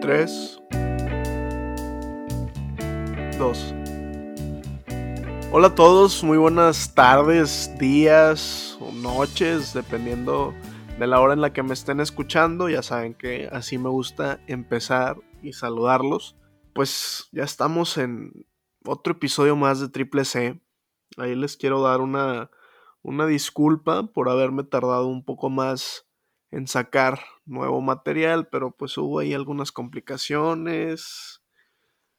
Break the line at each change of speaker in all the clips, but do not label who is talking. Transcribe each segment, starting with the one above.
3, 2. Hola a todos, muy buenas tardes, días o noches, dependiendo de la hora en la que me estén escuchando. Ya saben que así me gusta empezar y saludarlos. Pues ya estamos en otro episodio más de Triple C. Ahí les quiero dar una, una disculpa por haberme tardado un poco más en sacar nuevo material, pero pues hubo ahí algunas complicaciones,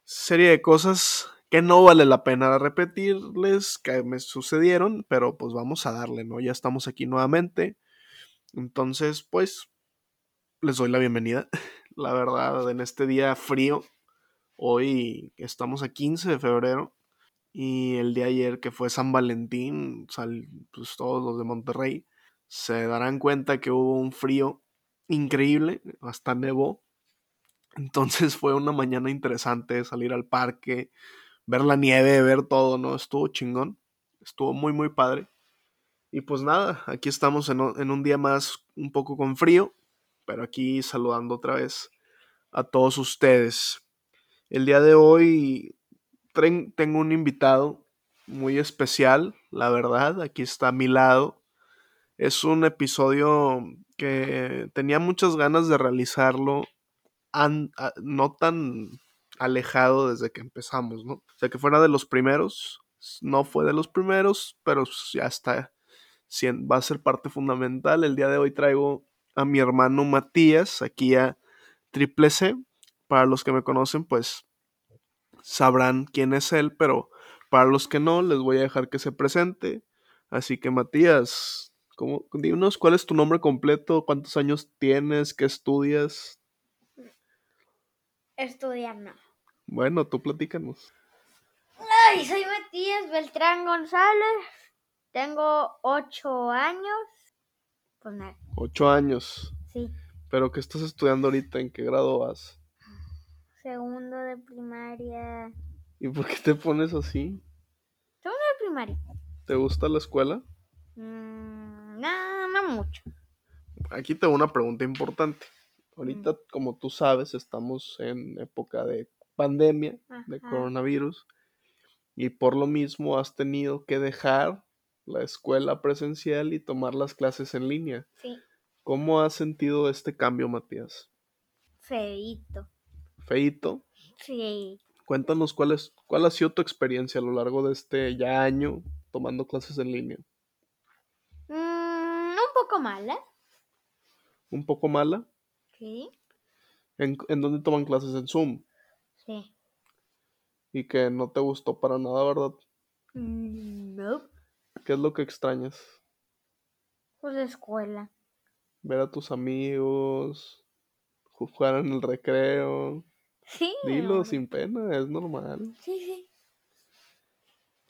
serie de cosas que no vale la pena repetirles, que me sucedieron, pero pues vamos a darle, ¿no? Ya estamos aquí nuevamente. Entonces, pues, les doy la bienvenida. La verdad, en este día frío, hoy estamos a 15 de febrero y el día de ayer que fue San Valentín, sal- pues todos los de Monterrey, se darán cuenta que hubo un frío increíble, hasta nevó. Entonces fue una mañana interesante salir al parque, ver la nieve, ver todo, ¿no? Estuvo chingón, estuvo muy, muy padre. Y pues nada, aquí estamos en, o- en un día más un poco con frío, pero aquí saludando otra vez a todos ustedes. El día de hoy tren- tengo un invitado muy especial, la verdad, aquí está a mi lado es un episodio que tenía muchas ganas de realizarlo an- a- no tan alejado desde que empezamos, ¿no? O sea, que fuera de los primeros, no fue de los primeros, pero pues ya está, sien- va a ser parte fundamental. El día de hoy traigo a mi hermano Matías aquí a Triple C. Para los que me conocen, pues sabrán quién es él, pero para los que no, les voy a dejar que se presente. Así que Matías, ¿Cómo? Dinos cuál es tu nombre completo, cuántos años tienes, qué estudias.
Estudiar no.
Bueno, tú platícanos.
Ay, soy Matías Beltrán González. Tengo ocho años. Pues nada,
Ocho años.
sí.
Pero ¿qué estás estudiando ahorita? ¿En qué grado vas?
Segundo de primaria.
¿Y por qué te pones así?
De primaria.
¿Te gusta la escuela?
Mm, no, no mucho.
Aquí tengo una pregunta importante. Ahorita, como tú sabes, estamos en época de pandemia, de
Ajá.
coronavirus. Y por lo mismo has tenido que dejar la escuela presencial y tomar las clases en línea.
Sí,
¿Cómo has sentido este cambio, Matías?
feito.
Feito,
Sí.
Cuéntanos cuál es, cuál ha sido tu experiencia a lo largo de este ya año tomando clases en línea.
Mm, un poco mala.
¿Un poco mala?
Sí,
¿En, en dónde toman clases en Zoom?
sí.
Y que no te gustó para nada, ¿verdad?
Mm, no.
¿Qué es lo que extrañas?
Pues la escuela.
Ver a tus amigos, jugar en el recreo.
Sí.
Dilo
hombre.
sin pena, es normal.
Sí, sí.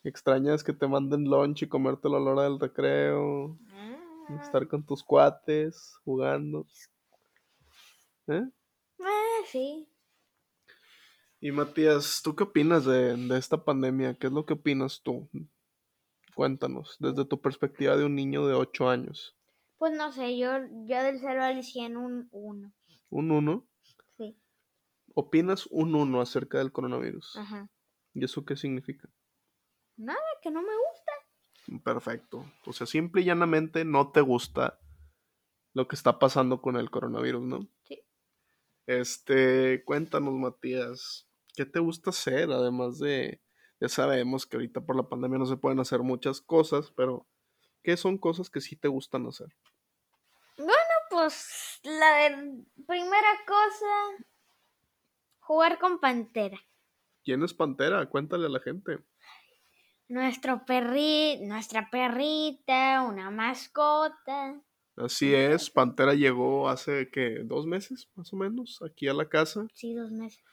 Extrañas que te manden lunch y comértelo a la hora del recreo.
Ah.
Estar con tus cuates, jugando. ¿Eh?
Ah, sí.
Y Matías, ¿tú qué opinas de, de esta pandemia? ¿Qué es lo que opinas tú? Cuéntanos, desde tu perspectiva de un niño de 8 años.
Pues no sé, yo, yo del 0 al 100 un 1.
¿Un 1?
Sí,
¿Opinas un 1 acerca del coronavirus?
ajá.
¿Y eso qué significa?
Nada, que no me gusta.
Perfecto. O sea, simple y llanamente no te gusta lo que está pasando con el coronavirus, ¿no?
Sí.
Este, cuéntanos, Matías, ¿qué te gusta hacer? Además de, ya sabemos que ahorita por la pandemia no se pueden hacer muchas cosas, pero ¿qué son cosas que sí te gustan hacer?
No, pues la ver- primera cosa, jugar con Pantera.
¿Quién es Pantera? Cuéntale a la gente.
Nuestro perri, nuestra perrita, una mascota.
Así es, Pantera llegó hace que dos meses, más o menos, aquí a la casa,
Sí, dos meses.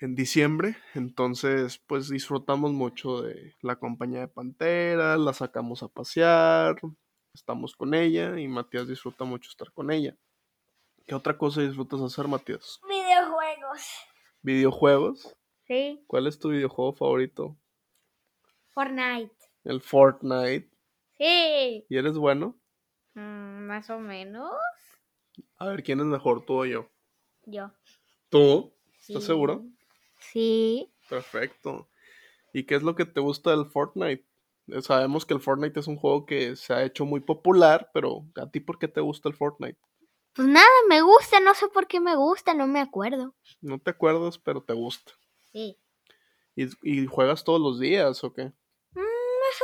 en diciembre. Entonces, pues disfrutamos mucho de la compañía de Pantera, la sacamos a pasear, estamos con ella y Matías disfruta mucho estar con ella. ¿Qué otra cosa disfrutas hacer, Matías?
Videojuegos.
¿Videojuegos?
Sí,
¿Cuál es tu videojuego favorito?
Fortnite.
El Fortnite.
Sí.
¿Y eres bueno?
Mm, más o menos.
A ver, ¿quién es mejor, tú o yo?
Yo.
¿Tú?
Sí.
¿Estás seguro?
Sí.
Perfecto. ¿Y qué es lo que te gusta del Fortnite? Eh, Sabemos que el Fortnite es un juego que se ha hecho muy popular, pero ¿a ti por qué te gusta el Fortnite?
Pues nada, me gusta, no sé por qué me gusta, no me acuerdo.
No te acuerdas, pero te gusta.
Sí.
¿Y, y juegas todos los días o qué?
Más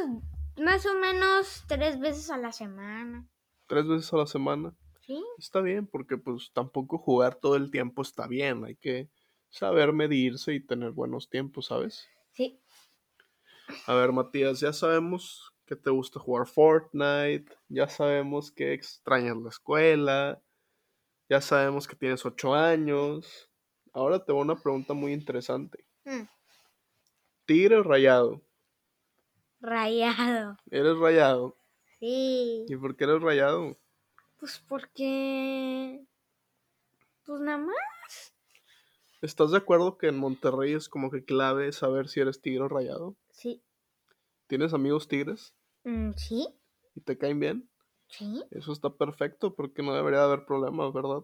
o menos, más o menos tres veces a la semana.
¿Tres veces a la semana?
Sí.
Está bien, porque pues tampoco jugar todo el tiempo está bien. Hay que saber medirse y tener buenos tiempos, ¿sabes?
Sí.
A ver, Matías, ya sabemos que te gusta jugar Fortnite, ya sabemos que extrañas la escuela, ya sabemos que tienes 8 años. Ahora te voy a una pregunta muy interesante.
Mm,
¿Tigre o rayado?
Rayado.
¿Eres rayado?
Sí.
¿Y por qué eres rayado?
Pues porque. Pues nada más.
¿Estás de acuerdo que en Monterrey es como que clave saber si eres tigre o rayado?
Sí.
¿Tienes amigos tigres
Mm, sí.
y te caen bien?
Sí.
Eso está perfecto porque no debería haber problemas, ¿verdad?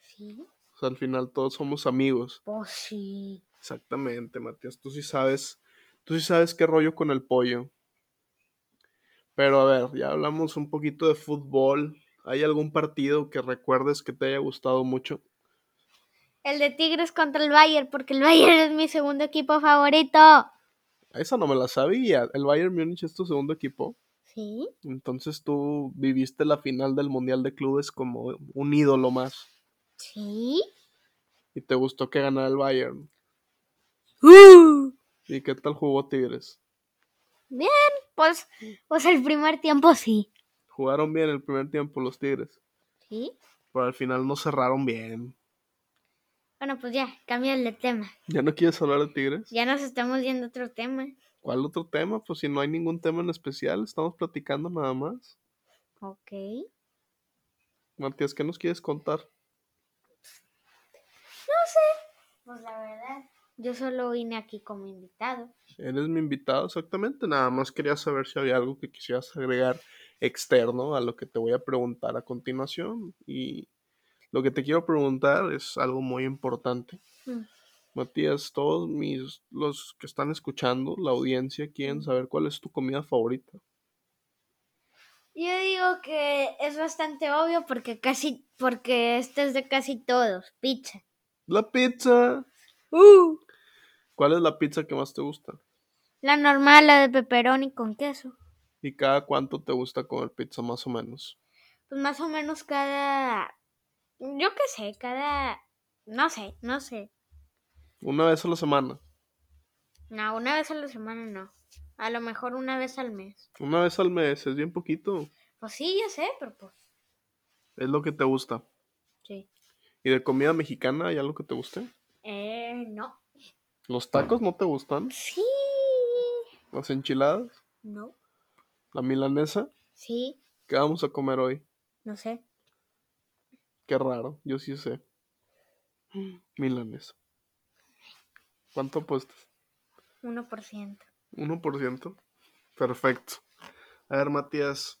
Sí.
O sea, al final todos somos amigos.
Pues sí.
Exactamente, Matías. Tú sí sabes, tú sí sabes qué rollo con el pollo. Pero a ver, ya hablamos un poquito de fútbol. ¿Hay algún partido que recuerdes que te haya gustado mucho?
El de Tigres contra el Bayern, porque el Bayern es mi segundo equipo favorito.
Esa no me la sabía. El Bayern Múnich es tu segundo equipo.
Sí.
Entonces tú viviste la final del Mundial de Clubes como un ídolo más.
Sí.
Y te gustó que ganara el Bayern.
Uh.
¿Y qué tal jugó Tigres?
Pues, pues el primer tiempo sí.
Jugaron bien el primer tiempo los Tigres.
Sí.
Pero al final no cerraron bien.
Bueno, pues ya, cambia de tema.
¿Ya no quieres hablar de Tigres?
Ya nos estamos yendo a otro tema.
¿Cuál otro tema? Pues si no hay ningún tema en especial, estamos platicando nada más.
Ok.
Matías, ¿qué nos quieres contar?
Pues la verdad. Yo solo vine aquí como invitado.
Eres mi invitado exactamente, nada más quería saber si había algo que quisieras agregar externo a lo que te voy a preguntar a continuación. Y lo que te quiero preguntar es algo muy importante.
Mm.
Matías, todos mis, los que están escuchando, la audiencia, quieren saber cuál es tu comida favorita.
Yo digo que es bastante obvio porque casi, porque este es de casi todos, pizza.
La pizza.
Uh.
¿Cuál es la pizza que más te gusta?
La normal, la de pepperoni con queso.
¿Y cada cuánto te gusta comer pizza más o menos?
Pues más o menos cada, yo qué sé, cada, no sé, no sé.
Una vez a la semana.
No, una vez a la semana no. A lo mejor una vez al mes.
Una vez al mes, es bien poquito.
Pues sí, ya sé, pero pues
Es lo que te gusta.
sí.
¿Y de comida mexicana hay algo que te guste?
Eh, no.
¿Los tacos no te gustan?
Sí.
¿Las enchiladas?
No.
¿La milanesa?
Sí,
¿Qué vamos a comer hoy?
no sé.
Qué raro, yo sí sé. Milanesa. ¿Cuánto apuestas?
1%.
1%. Perfecto. A ver, Matías.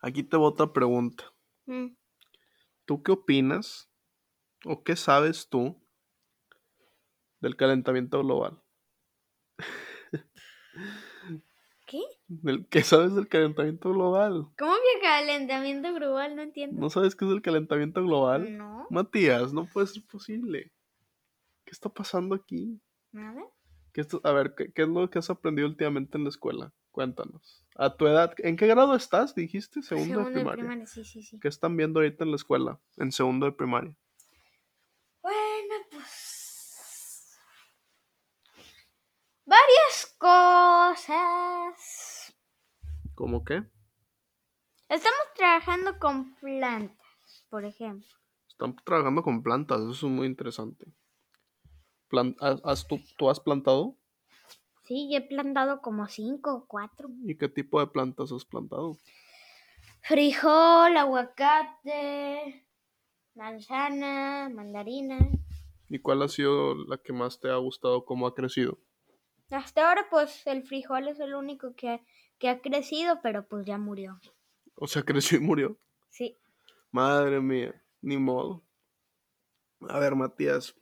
Aquí te va otra pregunta.
Mm.
¿Tú qué opinas o qué sabes tú del calentamiento global?
¿Qué?
Del- ¿Qué sabes del calentamiento global?
¿Cómo que calentamiento global? No entiendo.
¿No sabes qué es el calentamiento global?
No,
Matías, no puede ser posible. ¿Qué está pasando aquí?
nada.
¿Qué esto- a ver, ¿qué, qué es lo que has aprendido últimamente en la escuela? Cuéntanos. A tu edad, ¿en qué grado estás? Dijiste segundo, de
Segundo de
primaria.
primaria, sí, sí, sí.
¿Qué están viendo ahorita en la escuela? En segundo de primaria.
Bueno, pues. Varias cosas.
¿Cómo qué?
Estamos trabajando con plantas, por ejemplo.
Están trabajando con plantas, eso es muy interesante. Plan- ¿has- has tú, tú has plantado?
Sí, yo he plantado como cinco o cuatro.
¿Y qué tipo de plantas has plantado?
Frijol, aguacate, manzana, mandarina.
¿Y cuál ha sido la que más te ha gustado, cómo ha crecido?
Hasta ahora, pues, el frijol es el único que ha- que ha crecido, pero pues ya murió.
O sea, creció y murió.
Sí.
Madre mía, ni modo. A ver, Matías,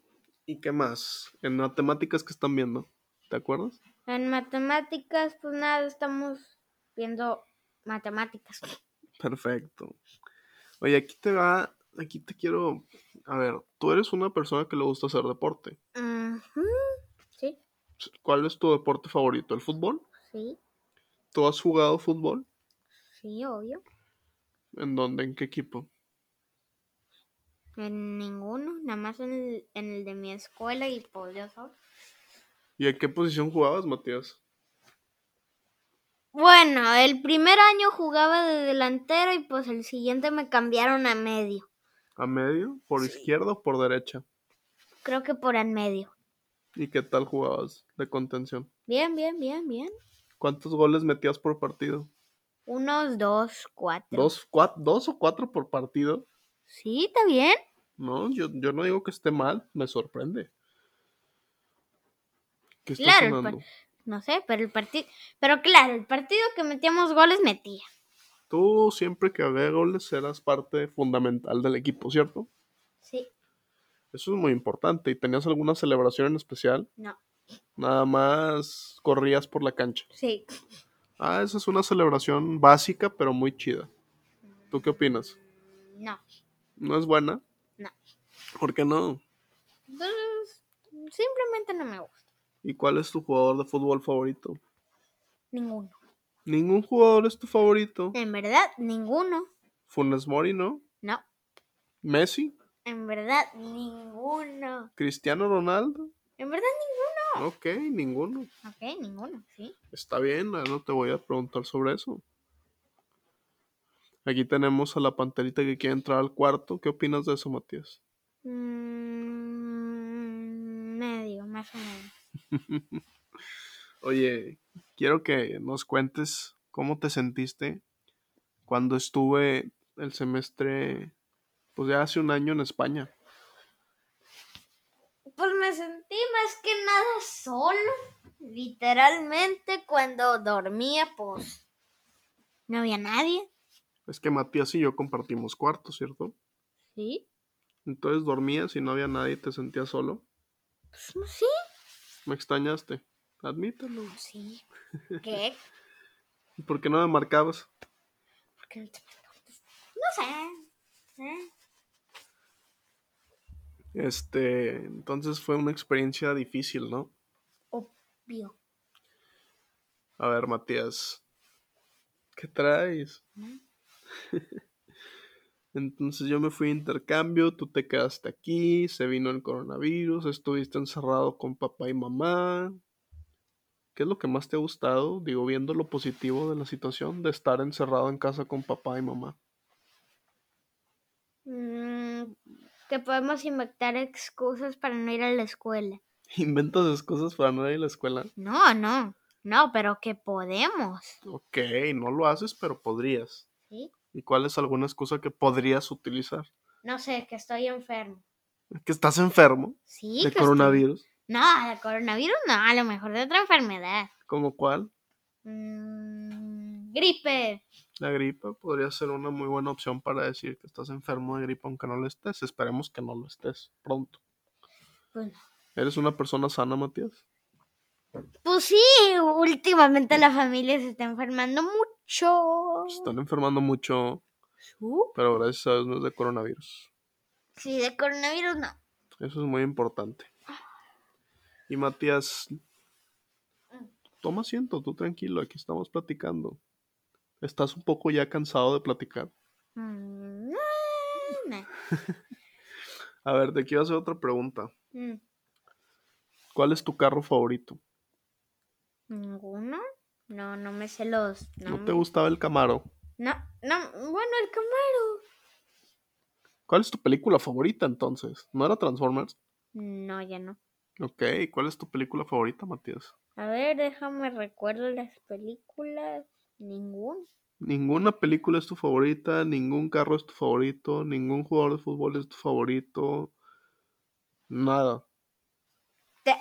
¿y qué más? En matemáticas que están viendo, ¿te acuerdas?
En matemáticas, pues nada, estamos viendo matemáticas.
Perfecto. Oye, aquí te va, aquí te quiero, a ver, tú eres una persona que le gusta hacer deporte.
Ujú, Sí,
¿Cuál es tu deporte favorito? ¿El fútbol?
sí,
¿Tú has jugado fútbol?
sí, obvio.
¿En dónde? ¿En qué equipo?
En ninguno, nada más en el, en el de mi escuela y por Dios. oh.
¿Y en qué posición jugabas, Matías?
Bueno, el primer año jugaba de delantero y pues el siguiente me cambiaron a medio.
¿A medio? ¿Por izquierda o por derecha?
Creo que por en medio.
¿Y qué tal jugabas de contención?
Bien, bien, bien, bien.
¿Cuántos goles metías por partido?
Unos dos, cuatro.
¿Dos, cua- dos o cuatro por partido?
Sí, está bien.
No, yo, yo no digo que esté mal, me sorprende. ¿Qué está
Claro,
sonando?
pa- No sé, pero el partido. Pero claro, el partido que metíamos goles metía.
Tú siempre que había goles eras parte fundamental del equipo, ¿cierto?
Sí,
Eso es muy importante. ¿Y tenías alguna celebración en especial?
no,
Nada más corrías por la cancha.
sí.
Ah, esa es una celebración básica, pero muy chida. ¿Tú qué opinas?
No.
¿No es buena?
No.
¿Por qué no?
Entonces, simplemente no me gusta.
¿Y cuál es tu jugador de fútbol favorito?
Ninguno.
Ningún jugador es tu favorito.
En verdad, ninguno.
Funes Mori, ¿no?
No.
Messi,
En verdad, ninguno.
Cristiano Ronaldo.
En verdad,
Ok, ninguno.
ninguno. Ok, ninguno, sí.
Está bien, ah, no te voy a preguntar sobre eso. Aquí tenemos a la panterita que quiere entrar al cuarto. ¿Qué opinas de eso, Matías?
Mm, medio, más o menos.
Oye, quiero que nos cuentes cómo te sentiste cuando estuve el semestre, pues ya hace un año en España.
Pues me sentí más que nada solo. Literalmente, cuando dormía, pues. No había nadie.
Es que Matías y yo compartimos cuarto, ¿cierto?
Sí.
Entonces dormías y no había nadie, te sentías solo.
Pues no sé.
Me extrañaste, admítelo.
Sí. ¿Qué?
¿Y por qué no me marcabas?
¿Por qué no te preguntas? No sé. ¿eh?
Este, entonces fue una experiencia difícil, ¿no?
Obvio.
A ver, Matías, ¿qué traes?
¿no?
Entonces yo me fui a intercambio, tú te quedaste aquí, se vino el coronavirus, estuviste encerrado con papá y mamá. ¿Qué es lo que más te ha gustado? Digo, viendo lo positivo de la situación de estar encerrado en casa con papá y mamá.
Mm, que podemos inventar excusas para no ir a la escuela.
Inventas excusas para no ir a la escuela.
No, no. No, pero que podemos.
Ok, no lo haces, pero podrías.
¿Sí?
¿Y cuál es alguna excusa que podrías utilizar?
No sé, que estoy enfermo.
¿Que estás enfermo
Sí. que
de
estoy-
coronavirus?
No, de coronavirus no, a lo mejor de otra enfermedad.
¿Como cuál?
Mm, gripe.
La gripa podría ser una muy buena opción para decir que estás enfermo de gripa aunque no lo estés. Esperemos que no lo estés pronto.
Pues,
¿Eres una persona sana, Matías?
pues sí, últimamente la familia se está enfermando mucho.
Se están enfermando mucho,
Uh,
pero gracias a Dios no es de coronavirus.
Sí, de coronavirus no.
Eso es muy importante. Y Matías, toma asiento, tú tranquilo, aquí estamos platicando. ¿Estás un poco ya cansado de platicar?
Mm, no, no.
A ver, te quiero hacer otra pregunta.
Mm,
¿Cuál es tu carro favorito?
¿Ninguno? No, no me sé los. No,
¿No te gustaba el Camaro?
no, no, bueno, el Camaro.
¿Cuál es tu película favorita entonces? ¿No era Transformers?
No, ya no.
Ok, ¿cuál es tu película favorita, Matías?
A ver, déjame recuerdo las películas. Ningún.
Ninguna película es tu favorita, ningún carro es tu favorito, ningún jugador de fútbol es tu favorito. Nada.
Te-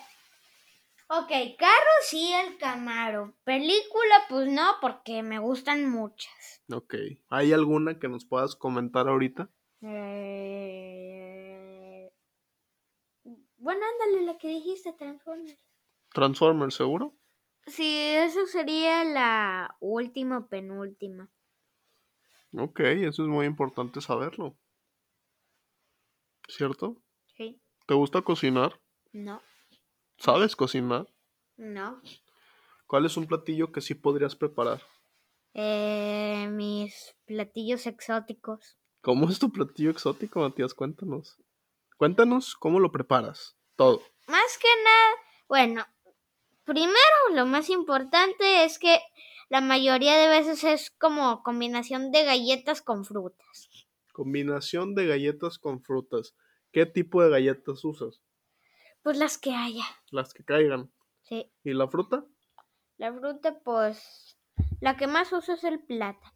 Ok, carro sí, el Camaro. Película, pues no, porque me gustan muchas.
Ok. ¿Hay alguna que nos puedas comentar ahorita?
Eh, Bueno, ándale, la que dijiste, Transformers.
Transformers, seguro.
Sí, eso sería la última, penúltima.
Ok, eso es muy importante saberlo. ¿Cierto?
Sí.
¿Te gusta cocinar?
No,
¿Sabes cocinar?
no.
¿Cuál es un platillo que sí podrías preparar?
Eh, mis platillos exóticos.
¿Cómo es tu platillo exótico, Matías? Cuéntanos. Cuéntanos cómo lo preparas. Todo.
Más que nada, bueno, primero lo más importante es que la mayoría de veces es como combinación de galletas con frutas.
Combinación de galletas con frutas. ¿Qué tipo de galletas usas?
Pues las que haya.
Las que caigan.
Sí,
¿Y la fruta?
la fruta pues la que más uso es el plátano.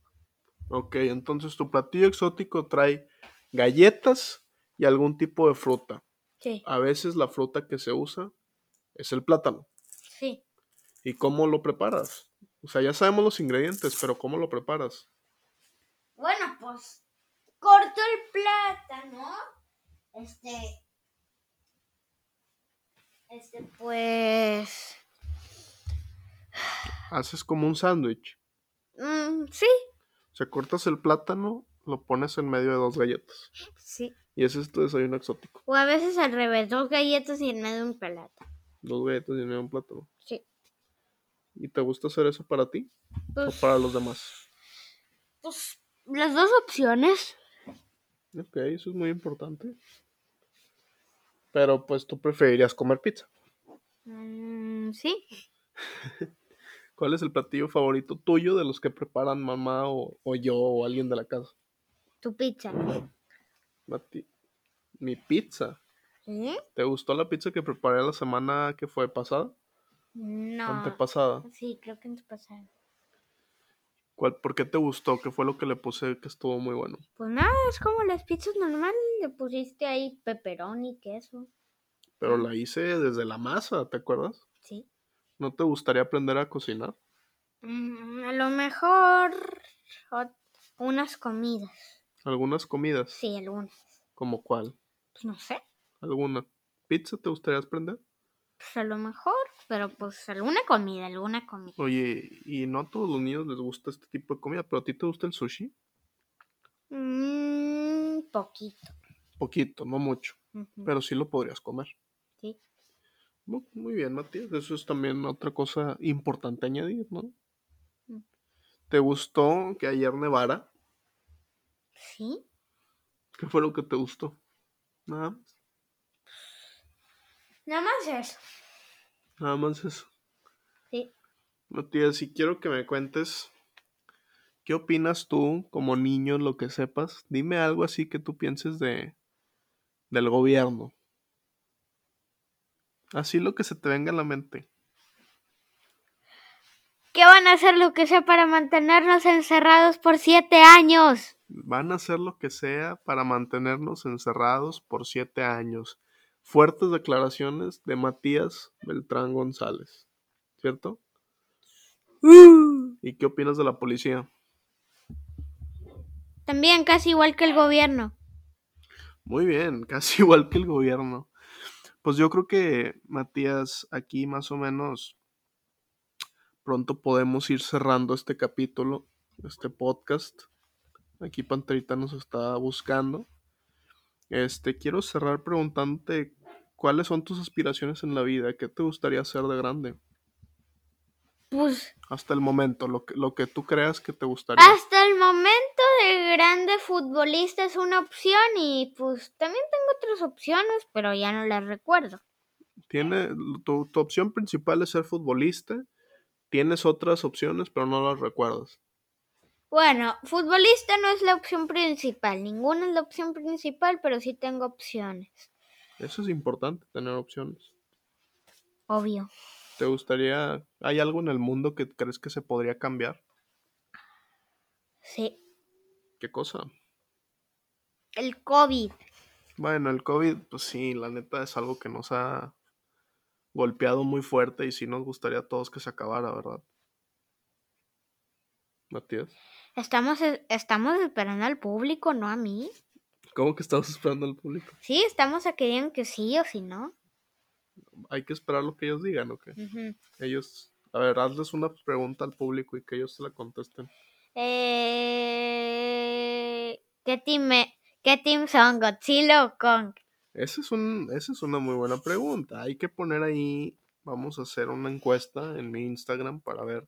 Ok, entonces tu platillo exótico trae galletas y algún tipo de fruta.
Sí,
A veces la fruta que se usa es el plátano.
sí.
¿Y cómo lo preparas? O sea, ya sabemos los ingredientes, pero ¿cómo lo preparas?
Bueno, pues corto el plátano. Este. Este, pues.
Haces como un sándwich.
mm, sí,
O sea, cortas el plátano, lo pones en medio de dos galletas.
sí.
Y ese es tu desayuno exótico.
O a veces al revés, dos galletas y en medio un plátano.
Dos galletas y en medio un plátano.
Sí.
¿Y te gusta hacer eso para ti o
Pues,
para los demás?
pues, las dos opciones.
Ok, eso es muy importante. Pero pues tú preferirías comer pizza.
Mm, sí.
¿Cuál es el platillo favorito tuyo de los que preparan mamá o, o yo o alguien de la casa?
Tu pizza.
Mati- Mi pizza.
¿Sí?
¿Te gustó la pizza que preparé la semana que fue pasada?
No.
Antepasada.
Sí, creo que en tu pasado.
¿Cuál, ¿Por qué te gustó? ¿Qué fue lo que le puse que estuvo muy bueno?
Pues nada, es como las pizzas normales. Le pusiste ahí peperón y queso.
Pero la hice desde la masa, ¿te acuerdas?
Sí.
¿No te gustaría aprender a cocinar?
Mm, a lo mejor ot- unas comidas.
Algunas comidas,
Sí, algunas.
como cuál?
Pues no sé.
¿Alguna? ¿Pizza te gustaría aprender?
Pues a lo mejor. Pero pues alguna comida, alguna comida.
Oye, y no a todos los niños les gusta este tipo de comida, pero a ti te gusta el sushi?
Mm, poquito.
Poquito, no mucho,
Ujú.
pero sí lo podrías comer.
Sí.
Mu- Muy bien, Matías, eso es también otra cosa importante añadir, ¿no?
Mm.
¿Te gustó que ayer nevara?
Sí.
¿Qué fue lo que te gustó? Nada más.
Nada más eso.
Nada más eso.
Sí.
Matías, si quiero que me cuentes, ¿qué opinas tú como niño, lo que sepas? Dime algo así que tú pienses de del gobierno. Así lo que se te venga a la mente.
¿Qué van a hacer lo que sea para mantenernos encerrados por siete años?
Van a hacer lo que sea para mantenernos encerrados por siete años. Fuertes declaraciones de Matías Beltrán González, ¿cierto? ¿Y qué opinas de la policía?
También casi igual que el gobierno.
Muy bien, casi igual que el gobierno. Pues yo creo que, Matías, aquí más o menos pronto podemos ir cerrando este capítulo, este podcast. Aquí Panterita nos está buscando. Este, quiero cerrar preguntándote cuáles son tus aspiraciones en la vida, qué te gustaría hacer de grande
Pues
hasta el momento, lo que, lo que tú creas que te gustaría.
hasta el momento de grande futbolista es una opción y pues también tengo otras opciones, pero ya no las recuerdo.
Tiene, tu, tu opción principal es ser futbolista, tienes otras opciones, pero no las recuerdas.
Bueno, futbolista no es la opción principal, ninguna es la opción principal, pero sí tengo opciones,
Eso es importante, tener opciones.
obvio.
¿Te gustaría, hay algo en el mundo que crees que se podría cambiar?
Sí,
¿Qué cosa?
el COVID.
Bueno, el COVID, pues sí, la neta es algo que nos ha golpeado muy fuerte y sí nos gustaría a todos que se acabara, ¿verdad? Matías.
Estamos, estamos esperando al público, no a mí.
¿Cómo que estamos esperando al público?
Sí, estamos a que digan que sí o si no.
Hay que esperar lo que ellos digan, ¿ok?
Ujú.
Ellos, a ver, hazles una pregunta al público y que ellos se la contesten.
Eh, ¿qué, team e- ¿Qué team son? ¿Godzilla o Kong?
Esa es, un, esa es una muy buena pregunta. Hay que poner ahí, vamos a hacer una encuesta en mi Instagram para ver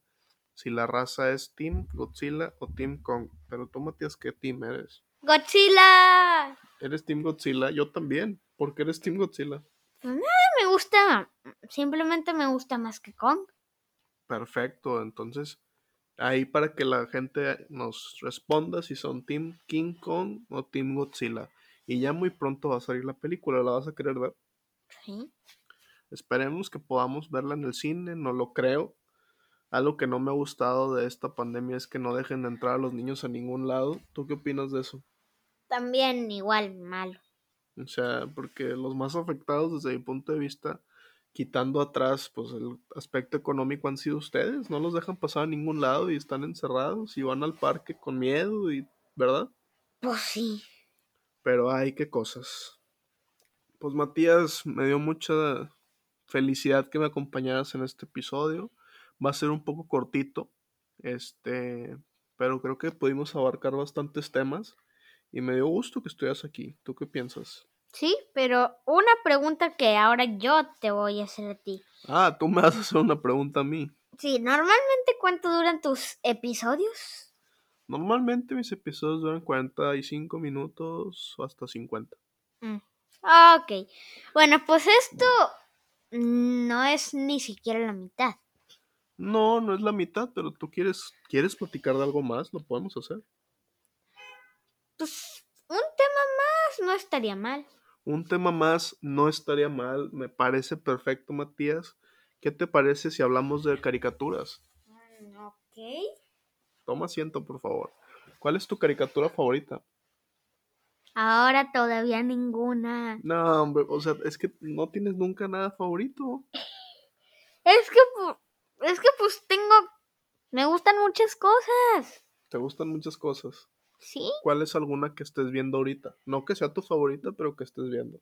si la raza es Team Godzilla o Team Kong. Pero tú, Matías, ¿qué team eres?
¡Godzilla! Este
¿Eres Team Godzilla? Yo también. ¿Por qué eres Team Godzilla?
Me gusta, simplemente me gusta más que Kong.
Perfecto, entonces ahí para que la gente nos responda si son Team King Kong o Team Godzilla. Y ya muy pronto va a salir la película, la vas a querer ver.
Sí.
Esperemos que podamos verla en el cine, no lo creo. Algo que no me ha gustado de esta pandemia es que no dejen de entrar a los niños a ningún lado. ¿Tú qué opinas de eso?
También igual, malo.
O sea, porque los más afectados desde mi punto de vista, quitando atrás pues el aspecto económico han sido ustedes, no los dejan pasar a ningún lado y están encerrados y van al parque con miedo y, ¿verdad?
Pues sí.
Pero hay qué cosas. Pues Matías, me dio mucha felicidad que me acompañaras en este episodio. Va a ser un poco cortito, este, pero creo que pudimos abarcar bastantes temas y me dio gusto que estuvieras aquí. ¿Tú qué piensas?
Sí, pero una pregunta que ahora yo te voy a hacer a ti.
Ah, tú me vas a hacer una pregunta a mí.
Sí, normalmente cuánto duran tus episodios?
Normalmente mis episodios duran 45 minutos o hasta 50.
Mm, Ok. Bueno, pues esto no es ni siquiera la mitad.
No, no es la mitad, pero tú quieres, quieres platicar de algo más, lo podemos hacer.
Pues un tema más no estaría mal.
Un tema más no estaría mal, me parece perfecto, Matías. ¿Qué te parece si hablamos de caricaturas?
Mm, Ok.
Toma asiento, por favor. ¿Cuál es tu caricatura favorita?
Ahora todavía ninguna.
No, hombre, o sea, es que no tienes nunca nada favorito.
Es que, pu- es que pues tengo... Me gustan muchas cosas.
Te gustan muchas cosas.
Sí.
¿Cuál es alguna que estés viendo ahorita? No que sea tu favorita, pero que estés viendo.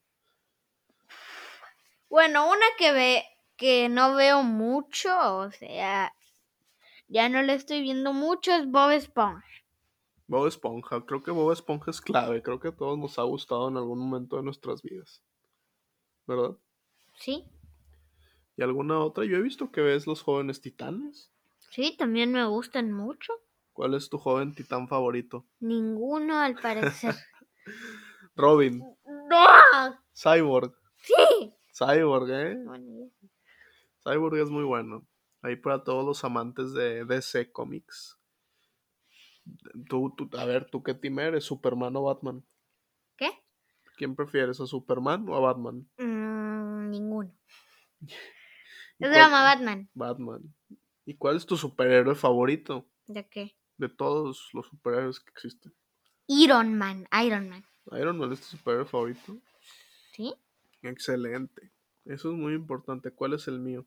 Bueno, una que ve que no veo mucho, o sea, ya no le estoy viendo mucho es Bob Esponja.
Bob Esponja, creo que Bob Esponja es clave, creo que a todos nos ha gustado en algún momento de nuestras vidas. ¿Verdad?
Sí.
¿Y alguna otra? Yo he visto que ves los jóvenes titanes.
Sí, también me gustan mucho.
¿Cuál es tu joven titán favorito?
Ninguno al parecer.
Robin,
¡No!
Cyborg.
Sí.
Cyborg, ¿eh?
Bueno, ya.
Cyborg es muy bueno. Ahí para todos los amantes de DC Comics. Tú, tú, a ver, ¿tú qué team eres? ¿Superman o Batman?
¿Qué?
¿Quién prefieres, a Superman o a Batman?
Mm, ninguno. Es
¿Cuál-
drama Batman.
Batman. ¿Y cuál es tu superhéroe favorito
¿De qué?
de todos los superhéroes que existen?
Iron Man, Iron Man.
Iron Man es tu superhéroe favorito.
¿Sí?
Excelente. Eso es muy importante. ¿Cuál es el mío?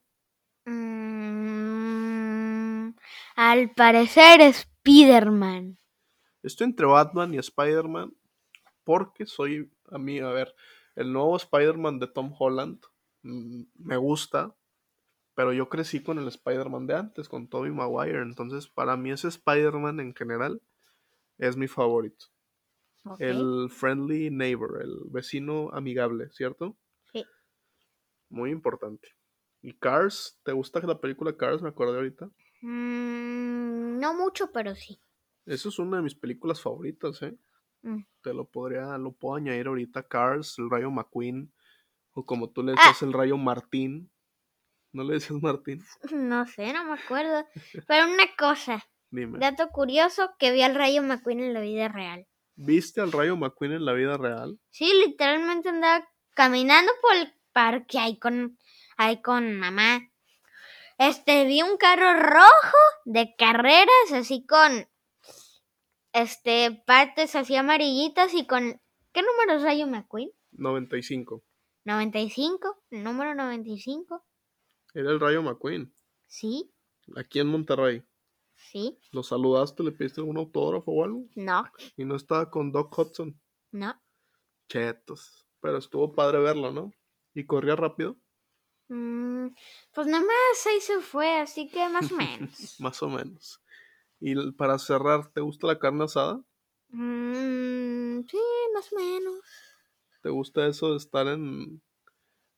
Mm, al parecer Spider-Man.
Estoy entre Batman y Spider-Man porque soy a mí, a ver, el nuevo Spider-Man de Tom Holland mm, me gusta, pero yo crecí con el Spider-Man de antes, con Tobey Maguire, entonces para mí ese Spider-Man en general es mi favorito.
Ok.
El friendly neighbor, el vecino amigable, ¿cierto?
Sí.
Muy importante. ¿Y Cars? ¿Te gusta la película Cars? Me acordé ahorita.
Mm, no mucho, pero sí.
Esa es una de mis películas favoritas, ¿eh?
Mm.
te lo podría, lo puedo añadir ahorita, Cars, el Rayo McQueen, o como tú le
Ah.
decías, el Rayo Martín. ¿No le decías Martín?
No sé, no me acuerdo. Pero una cosa,
Dime.
dato curioso que vi al Rayo McQueen en la vida real.
¿Viste al Rayo McQueen en la vida real?
Sí, literalmente andaba caminando por el parque ahí con, ahí con mamá. Este, vi un carro rojo de carreras, así con, este, partes así amarillitas y con... ¿Qué número es Rayo McQueen?
95.
¿95? ¿Número 95?
Era el Rayo McQueen,
Sí,
aquí en Monterrey.
sí,
¿Lo saludaste, le pediste algún autógrafo o algo?
no,
Y no estaba con Doc Hudson.
no.
Chetos. Pero estuvo padre verlo, ¿no? ¿Y corría rápido?
Mm, pues nada más ahí se fue, así que más o menos.
Más o menos. Y l- para cerrar, ¿te gusta la carne asada?
Mm, sí, más o menos.
¿Te gusta eso de estar en,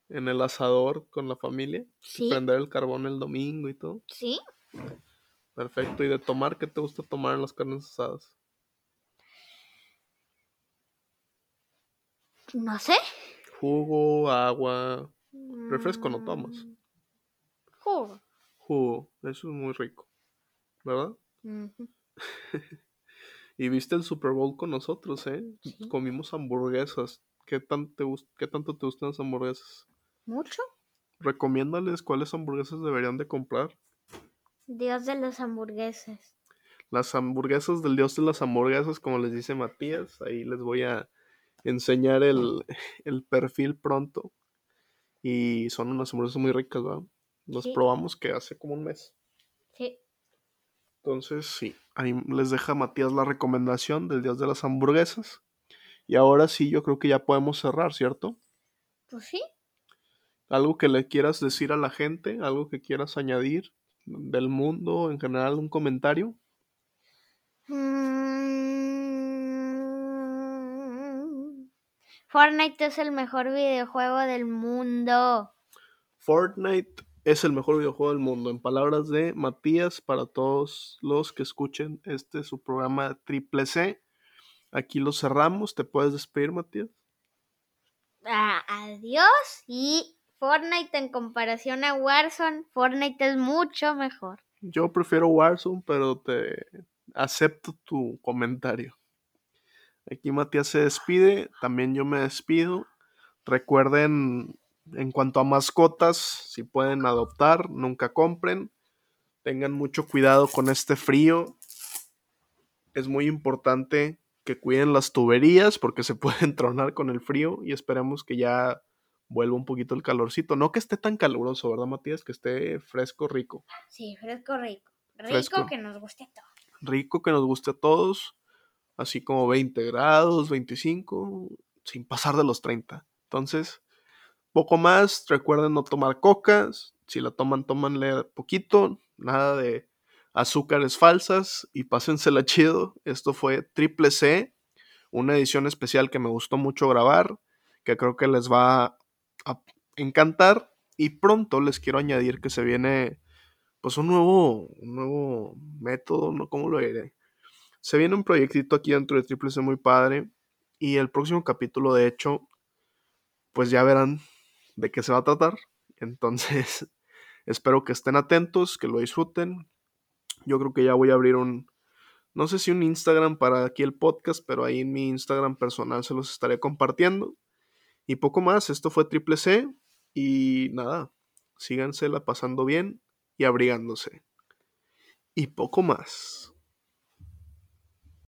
en el asador con la familia?
Sí,
Prender el carbón el domingo y todo.
sí.
Perfecto. ¿Y de tomar? ¿Qué te gusta tomar en las carnes asadas?
No sé.
Jugo, agua. Refresco no tomas.
Mm, Jugo.
Jugo. Eso es muy rico. ¿Verdad?
Ujú.
Y viste el Super Bowl con nosotros, ¿eh?
Sí.
Comimos hamburguesas. ¿Qué, tan te gust- ¿Qué tanto te gustan las hamburguesas?
¿Mucho?
Recomiéndales cuáles hamburguesas deberían de comprar.
Dios de las hamburguesas.
Las hamburguesas del dios de las hamburguesas, como les dice Matías. Ahí les voy a enseñar el, el perfil pronto. Y son unas hamburguesas muy ricas, ¿verdad? Nos
Sí.
probamos que hace como un mes.
Sí.
Entonces, sí, ahí les deja Matías la recomendación del dios de las hamburguesas. Y ahora sí, yo creo que ya podemos cerrar, ¿cierto?
Pues sí.
algo que le quieras decir a la gente, algo que quieras añadir del mundo en general, un comentario.
Mm. Fortnite es el mejor videojuego del mundo.
Fortnite es el mejor videojuego del mundo, en palabras de Matías, para todos los que escuchen este su programa Triple C. Aquí lo cerramos, te puedes despedir, Matías.
Ah, adiós. Y Fortnite en comparación a Warzone, Fortnite es mucho mejor.
Yo prefiero Warzone, pero te acepto tu comentario. Aquí Matías se despide, también yo me despido. Recuerden, en cuanto a mascotas, si pueden adoptar, nunca compren. Tengan mucho cuidado con este frío. Es muy importante que cuiden las tuberías porque se pueden tronar con el frío y esperemos que ya vuelva un poquito el calorcito. No que esté tan caluroso, ¿verdad, Matías? Que esté fresco, rico.
Sí, fresco rico. Rico
Fresco.
que nos guste todo.
rico que nos guste a todos, así como 20 grados, 25, sin pasar de los 30. Entonces, poco más, recuerden no tomar cocas, si la toman, tómanle poquito, nada de azúcares falsas y pásensela chido. Esto fue Triple C, una edición especial que me gustó mucho grabar, que creo que les va a encantar y pronto les quiero añadir que se viene pues un nuevo, un nuevo método, ¿no? ¿Cómo lo diré? Se viene un proyectito aquí dentro de Triple C muy padre. Y el próximo capítulo, de hecho, pues ya verán de qué se va a tratar. Entonces, espero que estén atentos, que lo disfruten. Yo creo que ya voy a abrir un, no sé si un Instagram para aquí el podcast, pero ahí en mi Instagram personal se los estaré compartiendo. Y poco más, esto fue Triple C. Y nada, sígansela pasando bien y abrigándose. Y poco más.